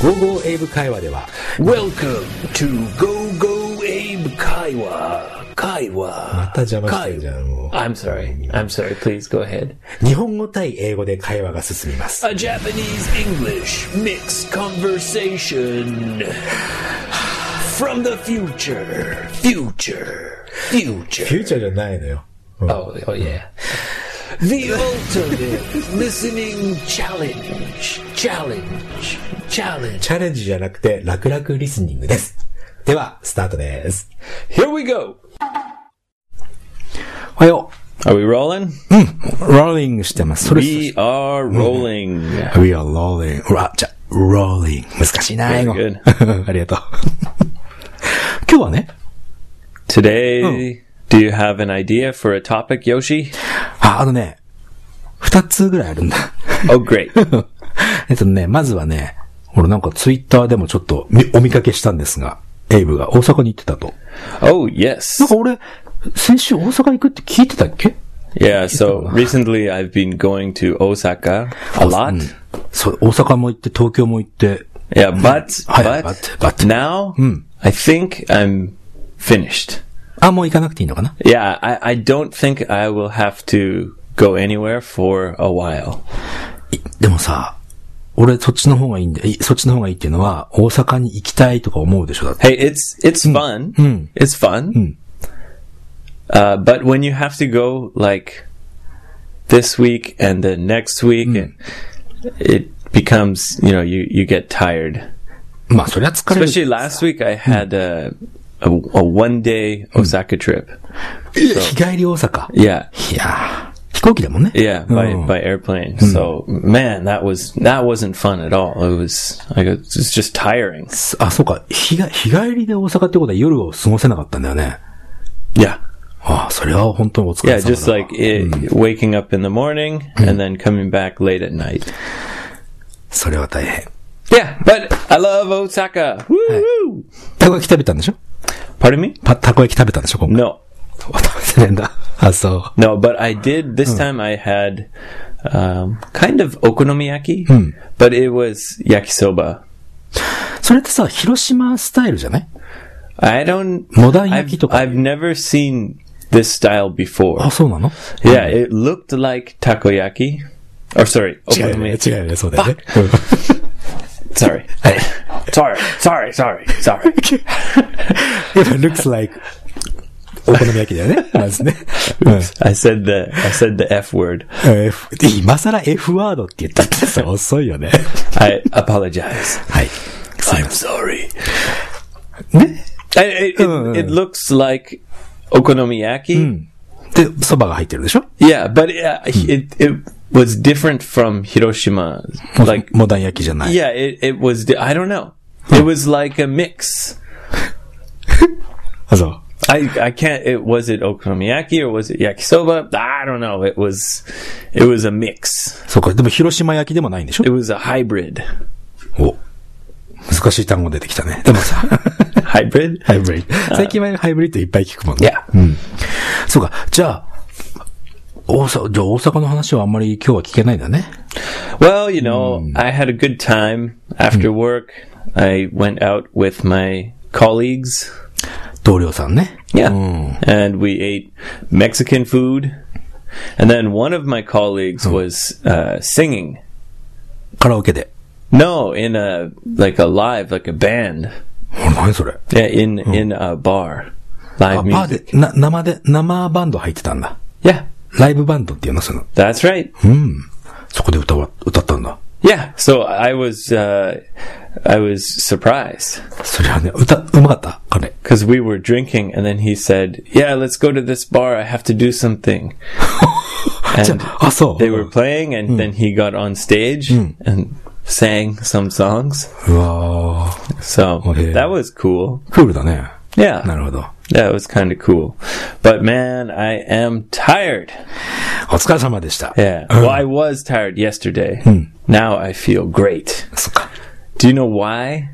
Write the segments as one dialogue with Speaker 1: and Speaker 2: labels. Speaker 1: GoGo 英語会話では
Speaker 2: Welcome to Go Go Abe Kaiwa. Kaiwa.
Speaker 1: また邪魔してるじゃん
Speaker 2: Kaiwa.
Speaker 1: もう
Speaker 2: I'm sorry. I'm sorry. Please go ahead.
Speaker 1: 日本語対英語で会話が進みます
Speaker 2: A Japanese English mixed conversation from the future. Future.
Speaker 1: フュ
Speaker 2: Future.
Speaker 1: ーチャーじゃないのよ、うん
Speaker 2: Oh, oh yeah. The ultimate listening challenge. Challenge. Challenge.
Speaker 1: チャレンジじゃなくて楽々リスニングですではスタートです
Speaker 2: Here we go.
Speaker 1: おはよ
Speaker 3: Are we rolling?
Speaker 1: う rolling してますそれ
Speaker 3: We are rolling.
Speaker 1: We are rolling うわじゃ rolling 難しいな英語
Speaker 3: Very
Speaker 1: ありがとう今日はね
Speaker 3: Today, do you have an idea for a topic, Yoshi?
Speaker 1: ああのね二つぐらいあるんだ
Speaker 3: Oh, great.
Speaker 1: えっとね、まずはね、俺なんかツイッターでもちょっとみお見かけしたんですが、エイブが大阪に行ってたと。
Speaker 3: Oh, yes.
Speaker 1: なんか俺、先週大阪行くって聞いてたっけ
Speaker 3: Yeah, so recently I've been going to Osaka a
Speaker 1: mm.
Speaker 3: lot.
Speaker 1: そう、大阪も行って東京も行って、
Speaker 3: Yeah, but,
Speaker 1: Hi,
Speaker 3: but,
Speaker 1: but- but. Hmm.
Speaker 3: now I think I'm finished.
Speaker 1: あ、もう行かなくていいのかな
Speaker 3: Yeah, I, I don't think I will have to go anywhere for a while.
Speaker 1: いでもさ、俺そっちの方がいいんだいそっちの方がいいっていうのは、大阪に行きたいとか思うでしょだって。
Speaker 3: Hey, it's, it's fun. It's fun. Uh, but when you have to go like this week and then next week, it, it becomes you know you you get tired.
Speaker 1: まあそりゃ疲れる。
Speaker 3: Especially last week, I had uh a, a one day Osaka trip.
Speaker 1: え日帰り大阪。
Speaker 3: Yeah,
Speaker 1: いやー飛行機だもんね。
Speaker 3: yeah, by
Speaker 1: うん
Speaker 3: by airplane. So man, that was that wasn't fun at all. It was like it was just tiring.
Speaker 1: あ、そうか。日が日帰りで大阪ってことは夜を過ごせなかったんだよね。
Speaker 3: Yeah,
Speaker 1: ああ、それは本当にお疲れ
Speaker 3: yeah,
Speaker 1: 様だわ
Speaker 3: just like it, waking up in the morning and then coming back late at night.
Speaker 1: それは大変。
Speaker 3: Yeah, but I love Osaka. Woo! woo.
Speaker 1: たこ焼き食べたんでしょ
Speaker 3: Pardon me?
Speaker 1: パたこ焼き食べたんでしょ 今回。
Speaker 3: No.
Speaker 1: 食べてねえんだ。あ、そう。
Speaker 3: No, but I did. This time I had um, kind of okonomiyaki, but it was yakisoba.
Speaker 1: それってさ、広島スタイルじゃない
Speaker 3: I don't.
Speaker 1: モダン
Speaker 3: I've,
Speaker 1: 焼きとか。
Speaker 3: I've never seen this style before.
Speaker 1: あ、そうなの
Speaker 3: Yeah, it looked like takoyaki. Or sorry,
Speaker 1: 違うよね。違う
Speaker 3: okonomiyaki.
Speaker 1: よね。そうだよね。
Speaker 3: Sorry. sorry, sorry, sorry, sorry.
Speaker 1: やっぱ looks like お好み焼きだよ ね。まずね。うん。
Speaker 3: I said the I said the f word.
Speaker 1: えー F 今更 F ワードって言ったってさ、遅いよね。
Speaker 3: I apologize.
Speaker 1: はい。
Speaker 3: I'm sorry.
Speaker 1: ね。
Speaker 3: It, it,
Speaker 1: Uh.
Speaker 3: it looks like okonomiyaki.
Speaker 1: で、蕎麦が入ってるでしょ
Speaker 3: Yeah, but uh, it it was different from Hiroshima.
Speaker 1: も
Speaker 3: Like,
Speaker 1: モダン焼きじゃない。
Speaker 3: yeah, it it was. Di- I don't know. It was like a mix.
Speaker 1: あ、そう。
Speaker 3: I I can't. It was it okonomiyaki or was it yakisoba? I don't know. It was, it was a mix.
Speaker 1: そうか。でも広島焼きでもないんでしょ
Speaker 3: It was a hybrid.
Speaker 1: お。難しい単語出てきたね。でもさ、
Speaker 3: Hybrid.
Speaker 1: ハイブリッ ド。最近はハイブリッドいっぱい聞くもんね。
Speaker 3: Yeah.
Speaker 1: そうか。じゃあ、大阪、じゃあ大阪の話はあんまり今日は聞けないんだね。
Speaker 3: Well, you know, I had a good time after work. I went out with my colleagues.
Speaker 1: 同僚さんね。
Speaker 3: Yeah. And we ate Mexican food. And then one of my colleagues was uh, singing.
Speaker 1: カラオケで。
Speaker 3: No, in a like a live, like a band.
Speaker 1: あれ何それ
Speaker 3: Yeah, in in a bar.
Speaker 1: あ、
Speaker 3: Live
Speaker 1: バー
Speaker 3: music.
Speaker 1: で、な、生で、生バンド入ってたんだ。
Speaker 3: Yeah.
Speaker 1: ライブバンドっていうの、その。
Speaker 3: That's right.
Speaker 1: うん。そこで歌わ、歌ったんだ。
Speaker 3: Yeah. So I was uh I was surprised
Speaker 1: それはね、歌、うまかった彼。
Speaker 3: cuz we were drinking and then he said, "Yeah, let's go to this bar. I have to do something."
Speaker 1: じゃ
Speaker 3: and
Speaker 1: あ、あそう。
Speaker 3: they were playing and then he got on stage and sang some songs.
Speaker 1: うわー
Speaker 3: So
Speaker 1: Okay.
Speaker 3: that was cool.
Speaker 1: クールだね。な
Speaker 3: Yeah,
Speaker 1: るほど。
Speaker 3: that was kind of cool. But man, I am tired.
Speaker 1: お疲れ様でした。
Speaker 3: Yeah.
Speaker 1: うん
Speaker 3: Well, I was tired yesterday. Now I feel great.
Speaker 1: そっか。
Speaker 3: Do you know why?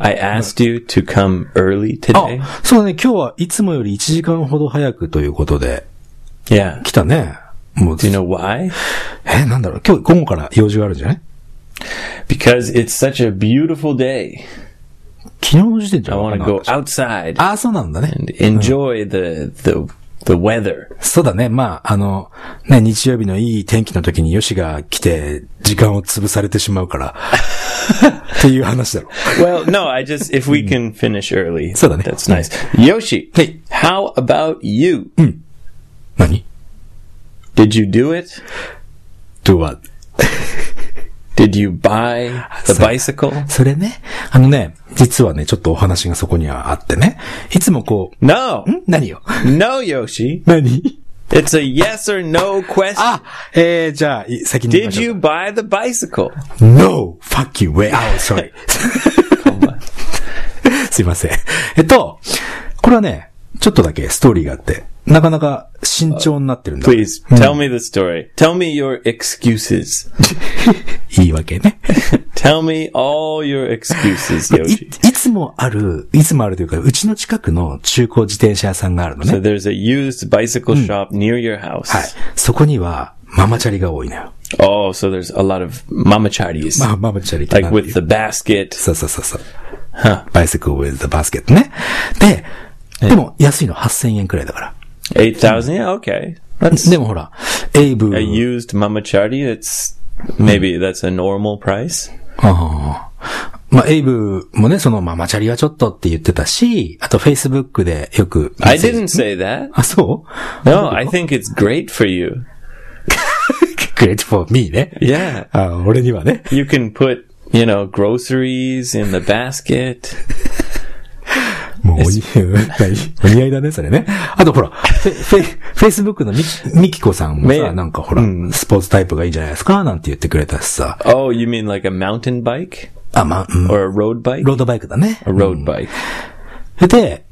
Speaker 3: I asked you to come early
Speaker 1: あ
Speaker 3: today.、
Speaker 1: そうだね。今日はいつもより1時間ほど早くということで、
Speaker 3: Yeah.
Speaker 1: 来たね。もう、
Speaker 3: Do you know why?
Speaker 1: え、なんだろう、今日午後から用事があるんじゃない
Speaker 3: because it's such a beautiful day.
Speaker 1: 昨日の時点じゃ
Speaker 3: I
Speaker 1: わか
Speaker 3: want
Speaker 1: ん
Speaker 3: to
Speaker 1: なかっ
Speaker 3: go
Speaker 1: たでしょ
Speaker 3: outside
Speaker 1: ああ、そうなんだね。
Speaker 3: and enjoy the the the weather.
Speaker 1: そうだね。まあ、あの、ね、日曜日のいい天気の時にヨシが来て、時間を潰されてしまうから、っていう話 だろ。
Speaker 3: Well, no, I just if we can finish early,
Speaker 1: そうだね。
Speaker 3: that's nice. Yoshi,
Speaker 1: はい。
Speaker 3: how about you?
Speaker 1: 何
Speaker 3: Did you do it?
Speaker 1: ?do what?
Speaker 3: Did you buy the bicycle?
Speaker 1: それね、あのね、実はね、ちょっとお話がそこにはあってね。いつもこ
Speaker 3: No,
Speaker 1: う、ん何 よ
Speaker 3: no, Yoshi.
Speaker 1: 何
Speaker 3: It's a yes or no question.
Speaker 1: あ、えー、じゃあ、い先に言いま
Speaker 3: Did
Speaker 1: しょ
Speaker 3: you
Speaker 1: う。
Speaker 3: buy the bicycle?
Speaker 1: No fucking way. Oh, sorry. すいません。えっと、これはね、ちょっとだけストーリーがあって、なかなか慎重になってるんだ。
Speaker 3: Please tell me the story. Tell me your excuses.
Speaker 1: 言い訳ね。
Speaker 3: Tell me all your excuses,
Speaker 1: い
Speaker 3: Yoshi.
Speaker 1: いつもある、いつもあるというか、うちの近くの中古自転車屋さんがあるのね。
Speaker 3: So there's a used bicycle shop near your house.
Speaker 1: はい。そこには、ママチャリが多いのよ。
Speaker 3: Oh, so there's a lot of mamacharis.
Speaker 1: まあ、ママチャリってな
Speaker 3: like
Speaker 1: んていう
Speaker 3: with the basket.
Speaker 1: そうそうそうそう。バイセクル with the basket ね。で、でも安いの8000円くらいだから。
Speaker 3: 8,000? Yeah, okay.
Speaker 1: でもほら、エイブ
Speaker 3: A、used mamachari, that's maybe that's a normal price.
Speaker 1: ああまあ、エイブもね、そのママチャリはちょっとって言ってたし、あと Facebook でよく。
Speaker 3: I didn't say that.
Speaker 1: あ、そう
Speaker 3: No, I think it's great for you.
Speaker 1: ?Great for me ね。
Speaker 3: Yeah.
Speaker 1: あ俺にはね。
Speaker 3: You can put, you know, groceries in the basket.
Speaker 1: もうお似お似合いだね、それね。あとほら、フェ、フェ、フェイスブックのみ、みきこさんも
Speaker 3: め
Speaker 1: さ、なんかほら、スポーツタイプがいいんじゃないですかなんて言ってくれたしさ。
Speaker 3: Oh, you mean like a mountain bike
Speaker 1: あ、まあ、うん。
Speaker 3: or a road bike?
Speaker 1: ロードバイクだね。
Speaker 3: A road bike.
Speaker 1: で、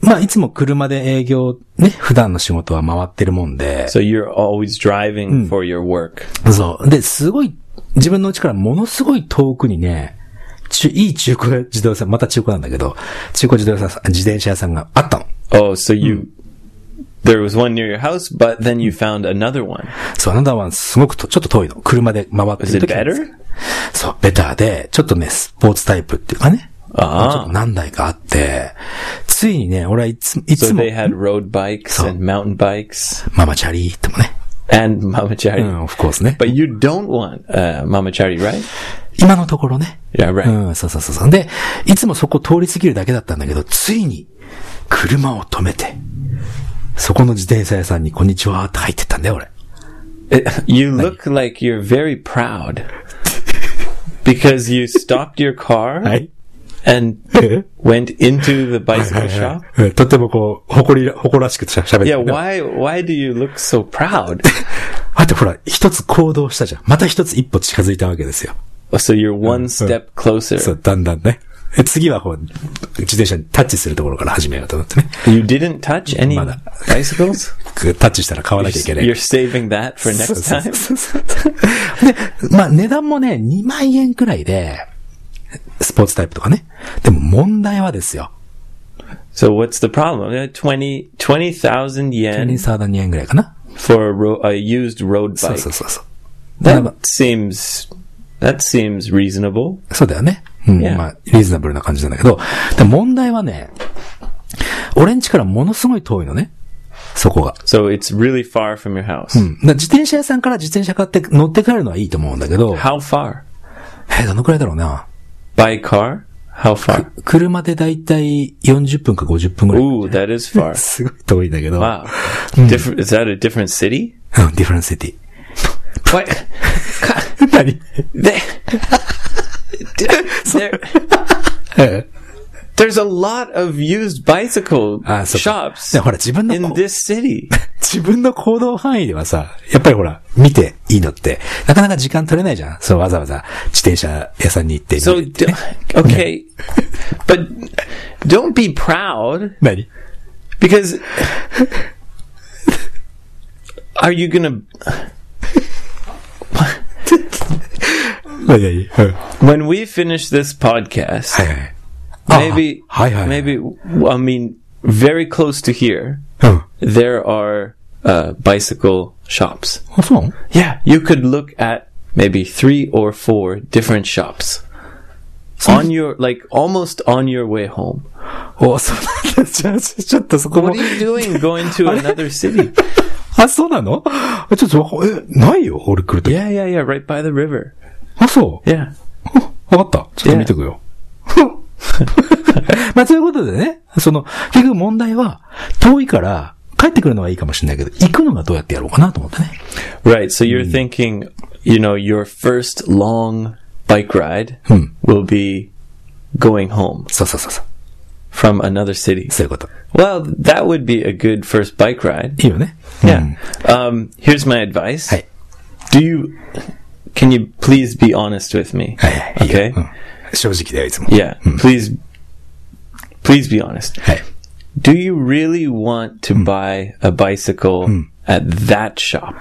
Speaker 1: まあ、いつも車で営業、ね、普段の仕事は回ってるもんで、
Speaker 3: So you're always driving for your work.
Speaker 1: そう。で、すごい、自分の家からものすごい遠くにね、ちゅいい中古自動車、また中古なんだけど、中古自動車さん、自転車屋さんがあったの。
Speaker 3: Oh, so you there was one near your house, but then you found another one.
Speaker 1: そう、アナダーワンすごくと、ちょっと遠いの。車で回ってる
Speaker 3: Is it
Speaker 1: 時なんですけ
Speaker 3: better?
Speaker 1: どそう、ベターで、ちょっとね、スポーツタイプっていうかね。
Speaker 3: あー
Speaker 1: ちょっと何台かあって、ついにね、俺はいつい
Speaker 3: So
Speaker 1: つも
Speaker 3: they、had road bikes and mountain bikes
Speaker 1: ママチャリーってもね。
Speaker 3: and
Speaker 1: う
Speaker 3: mamachari.
Speaker 1: ん、オフコースね。
Speaker 3: But you don't want uh, mamachari, right?
Speaker 1: 今のところね。
Speaker 3: Yeah, right.
Speaker 1: うん、そうそうそうそう。で、いつもそこ通り過ぎるだけだったんだけど、ついに、車を止めて、そこの自転車屋さんに、こんにちはって入ってったんだよ、俺。
Speaker 3: You look like you're very proud because you stopped your car
Speaker 1: い。
Speaker 3: and
Speaker 1: え
Speaker 3: went into the bicycle shop.
Speaker 1: うんとてもこう、誇りら、誇らしくしゃ喋って
Speaker 3: Yeah,
Speaker 1: る。
Speaker 3: why why do you look so proud?
Speaker 1: あとほら、一つ行動したじゃん。また一つ一歩近づいたわけですよ。
Speaker 3: Oh, So you're one step closer.
Speaker 1: そう、だんだんね。え次はこう、自転車にタッチするところから始めようと思ってね。
Speaker 3: You didn't touch any
Speaker 1: Mother.
Speaker 3: bicycles?
Speaker 1: タッチしたら買わなきゃいけない。
Speaker 3: You're saving that
Speaker 1: そ
Speaker 3: for
Speaker 1: う
Speaker 3: next
Speaker 1: そう
Speaker 3: time?
Speaker 1: そうそう で、まあ値段もね、2万円くらいで、スポーツタイプとかね。でも問題はですよ。
Speaker 3: So what's the problem? Uh, 20 20,000 yen
Speaker 1: 2円くらいかな。
Speaker 3: for a, ro- a used road
Speaker 1: そう
Speaker 3: bike.
Speaker 1: そうそうそう。だから
Speaker 3: That seems that seems reasonable.
Speaker 1: そうだよね。うん。
Speaker 3: Yeah.
Speaker 1: まあ、リーズナブルな感じなんだけど。で問題はね、俺ん家からものすごい遠いのね。そこが。
Speaker 3: So it's really far from your house.
Speaker 1: うんだから自転車屋さんから自転車買って乗って帰るのはいいと思うんだけど、
Speaker 3: How far?
Speaker 1: え、どのくらいだろうな。
Speaker 3: By car? How far?
Speaker 1: 車でだいたい40分か50分くらい。
Speaker 3: Ooh, that is far.
Speaker 1: すごい遠いんだけど。
Speaker 3: Wow. Different is that a different city?
Speaker 1: うん、ディフェンシティ。
Speaker 3: What?
Speaker 1: 何
Speaker 3: There, there, there's a lot of used bicycle
Speaker 1: あ、そうか。
Speaker 3: shops
Speaker 1: でほら、自分の
Speaker 3: in
Speaker 1: こ、
Speaker 3: this city.
Speaker 1: 自分の行動範囲ではさ、やっぱりほら、見ていいのって、なかなか時間取れないじゃん。そう、わざわざ自転車屋さんに行って。
Speaker 3: So, d- okay, but don't be proud
Speaker 1: 何
Speaker 3: because are you gonna
Speaker 1: 何何うん
Speaker 3: when we finish this podcast?
Speaker 1: はいはい。あ
Speaker 3: Maybe,
Speaker 1: はいはい。
Speaker 3: maybe. I mean, very close to here,
Speaker 1: うん。
Speaker 3: there are uh, bicycle shops.
Speaker 1: あ、そう
Speaker 3: Yeah, you could look at maybe three or four different shops on your like almost on your way home.
Speaker 1: お、そうなんだ。じゃあ、ちょっとそこも
Speaker 3: What。are you doing going to another city?
Speaker 1: あ、そうなのちょっとわか、え、ないよ、俺来るとき。
Speaker 3: Yeah, yeah, yeah, right by the river.
Speaker 1: あ、そう。
Speaker 3: Yeah.
Speaker 1: わかった。ちょっと見てくよ。 まあ、そういうことでね、その、結局問題は、遠いから、帰ってくるのはいいかもしれないけど、行くのがどうやってやろうかなと思ってね。
Speaker 3: Right. So you're thinking, you know, your first long bike ride
Speaker 1: Hmm.
Speaker 3: will be going home
Speaker 1: そうそうそうそう。
Speaker 3: from another city.
Speaker 1: そういうこと。
Speaker 3: Well, that would be a good first bike ride.
Speaker 1: いいよね。
Speaker 3: Yeah. Um, here's my advice.
Speaker 1: Hey.
Speaker 3: Do you? Can you please be honest with me?
Speaker 1: はいはい。いいよ
Speaker 3: Okay.
Speaker 1: うん正直だよ、いつも。
Speaker 3: Yeah. Please. Please be honest.
Speaker 1: はい。
Speaker 3: Do you really want to buy a bicycle at that shop?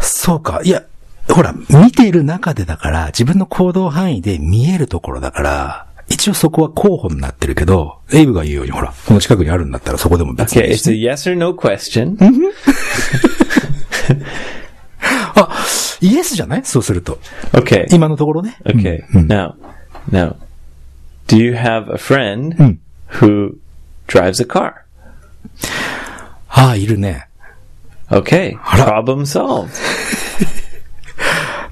Speaker 1: そうか。いや、ほら、見ている中でだから、自分の行動範囲で見えるところだから、一応そこは候補になってるけど、エイブが言うように、ほら、この近くにあるんだったらそこでも別
Speaker 3: Okay,
Speaker 1: に
Speaker 3: it's a yes or no question.
Speaker 1: あ、イエスじゃないそうすると。
Speaker 3: Okay.
Speaker 1: 今のところね。
Speaker 3: Okay. Now, now, do you have a friend who drives a car?
Speaker 1: ああ、いるね。
Speaker 3: Okay.
Speaker 1: Hello.
Speaker 3: Problem solved.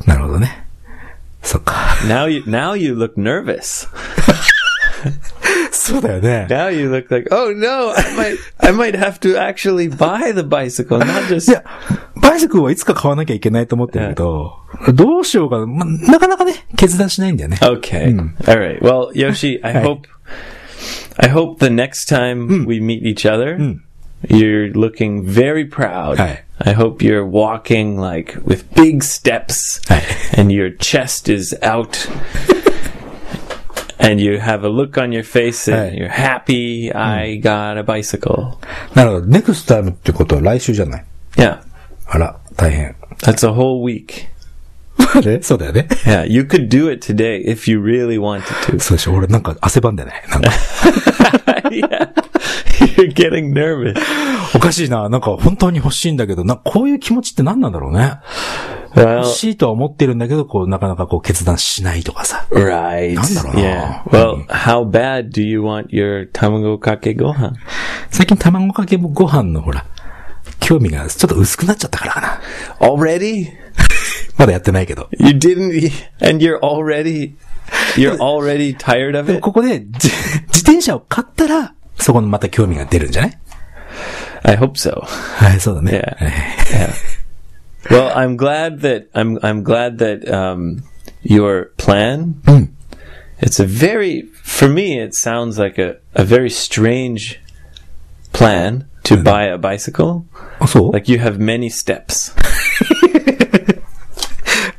Speaker 1: なるほどね。そっか。
Speaker 3: Now you now you look nervous.
Speaker 1: そうだよね。
Speaker 3: Now you look like, oh no, I might I might have to actually buy the bicycle, not just
Speaker 1: いや、バイセクはいつか買わなきゃいけないと思ってるけど、どうしようかな。ま、なかなかね、決断しないんだよね。
Speaker 3: Okay. All right. Well, Yoshi, I
Speaker 1: Hmm. Hey. Hmm.
Speaker 3: hope I hope the next time we meet each other, you're looking very proud.
Speaker 1: Hey.
Speaker 3: I hope you're walking like with big steps
Speaker 1: Hey.
Speaker 3: and your chest is out. And you have a look on your face and
Speaker 1: Hey. Hmm.
Speaker 3: you're happy I got a bicycle.
Speaker 1: なるほど。ネクストタイムってことは来週じゃない
Speaker 3: Yeah.
Speaker 1: あら、大 変。
Speaker 3: That's a whole week.
Speaker 1: ねそうだよね。
Speaker 3: Yeah, you could do it today if you really wanted to.
Speaker 1: そうでしょ。俺なんか汗ばんでない。なん か、
Speaker 3: yeah. You're getting nervous.
Speaker 1: おかしいな。なんか本当に欲しいんだけど、なんかこういう気持ちって何なんだろうね。欲
Speaker 3: Well,
Speaker 1: しいとは思ってるんだけど、こう、なかなかこう決断しないとかさ。
Speaker 3: Right.
Speaker 1: なんだろうな。
Speaker 3: Yeah. Well, how bad do you want your tamago kake gohan?
Speaker 1: 最近卵かけご飯のほら、興味がちょっと薄くなっちゃったからかな。
Speaker 3: Already?
Speaker 1: まだやってないけど。
Speaker 3: You didn't, and you're already, you're already tired of it.
Speaker 1: ここで、じ 自転車を買ったら、そこのまた興味が出るんじゃない
Speaker 3: I hope so.
Speaker 1: はい、そうだね。
Speaker 3: Yeah.
Speaker 1: はい
Speaker 3: yeah. Well, I'm glad that I'm I'm glad that um, your plan. It's a very for me. It sounds like a a very strange plan to buy a bicycle.
Speaker 1: あ、そう
Speaker 3: Like you have many steps.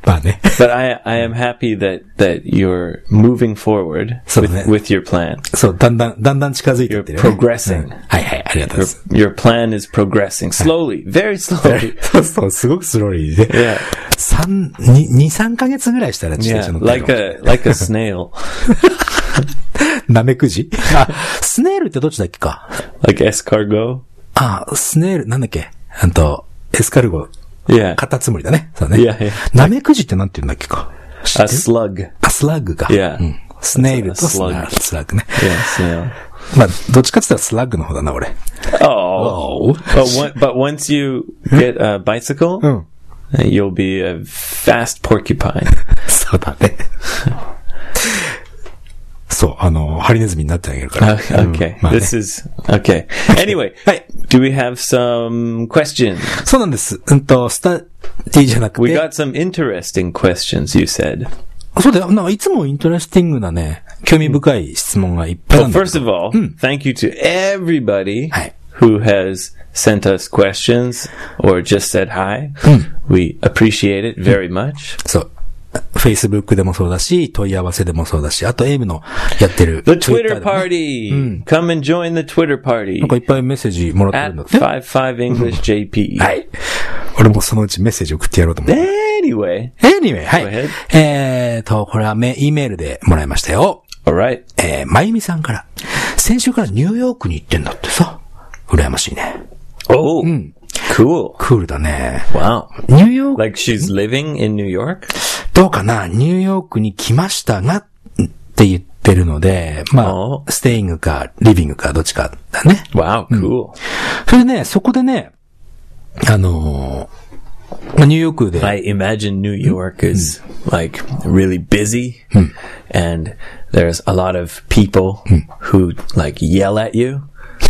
Speaker 1: まあね。
Speaker 3: But I, I am happy that, that you're moving forward
Speaker 1: So
Speaker 3: with,
Speaker 1: that-
Speaker 3: with your plan.
Speaker 1: そう、だんだん、だんだん近づいてってる、
Speaker 3: You're progressing.
Speaker 1: うんはいはい、ありがとうございます。
Speaker 3: Your, your plan is progressing slowly, very slowly.
Speaker 1: そうそう、すごくスローリーで。
Speaker 3: Yeah,
Speaker 1: 三、二、二、三ヶ月ぐらいしたら自転
Speaker 3: yeah,
Speaker 1: 車乗ってる
Speaker 3: like
Speaker 1: かもしれない
Speaker 3: a like a snail,
Speaker 1: なめくじあ、スネールってどっちだっけか
Speaker 3: like escargot.
Speaker 1: あ、スネール、なんだっけあんと、エスカルゴ、
Speaker 3: Yeah,
Speaker 1: カタツムリだね。そうだね。
Speaker 3: いやいや
Speaker 1: なめくじってなんて言うんだっけか知
Speaker 3: a
Speaker 1: ってる
Speaker 3: slug.
Speaker 1: あ、スラッグか。
Speaker 3: Yeah.
Speaker 1: うんスネールとスラ
Speaker 3: Slug.
Speaker 1: ッグスラッグね。
Speaker 3: Yeah, snail.
Speaker 1: まあ、どっちかって言ったらスラッグの方だな、俺。
Speaker 3: Oh,
Speaker 1: お
Speaker 3: but one, but once you get a bicycle,
Speaker 1: うん。
Speaker 3: you'll be a fast porcupine.
Speaker 1: そうだね。そう、あの、ハリネズミになってあげるから。
Speaker 3: Okay,
Speaker 1: うんまあね
Speaker 3: this is okay. Anyway,
Speaker 1: Hmm. Hey.
Speaker 3: do we have some questions?
Speaker 1: そうなんです。うんと、スタディじゃなく
Speaker 3: We
Speaker 1: て。
Speaker 3: got some interesting questions, you said.
Speaker 1: あそうだよ。なんかいつもイントレスティングなね、興味深い質問がいっぱいな
Speaker 3: Well,
Speaker 1: んだけど
Speaker 3: first of all, thank you to everybody
Speaker 1: Hi.
Speaker 3: who has sent us questions or just said hi. We appreciate it very much.
Speaker 1: そう。Facebook でもそうだし、問い合わせでもそうだし、あとエイムのやってる。
Speaker 3: The Twitter
Speaker 1: でもね
Speaker 3: party! Come and join the Twitter party
Speaker 1: なんかいっぱいメッセージもらってる
Speaker 3: at
Speaker 1: んだって。
Speaker 3: 55 English E. JP.
Speaker 1: はい。俺もそのうちメッセージ送ってやろうと思う。
Speaker 3: Anyway,
Speaker 1: Anyway, は
Speaker 3: Go ahead.
Speaker 1: い。えーと、これはメ、E メールでもらいましたよ。
Speaker 3: all right.
Speaker 1: えー、まゆみさんから。先週からニューヨークに行ってんだってさ。羨ましいね。
Speaker 3: Oh, Cool.
Speaker 1: クールだね。
Speaker 3: Wow.
Speaker 1: ニューヨーク、
Speaker 3: Like she's living in New York?
Speaker 1: どうかなニューヨークに来ましたがって言ってるので、ま
Speaker 3: お
Speaker 1: あ、ステイングか、リビングか、どっちかだね。
Speaker 3: Wow, cool.
Speaker 1: それでね、そこでね、あのーまあニューヨークで、
Speaker 3: I imagine New York is like really busy and there's a lot of people who like yell at you.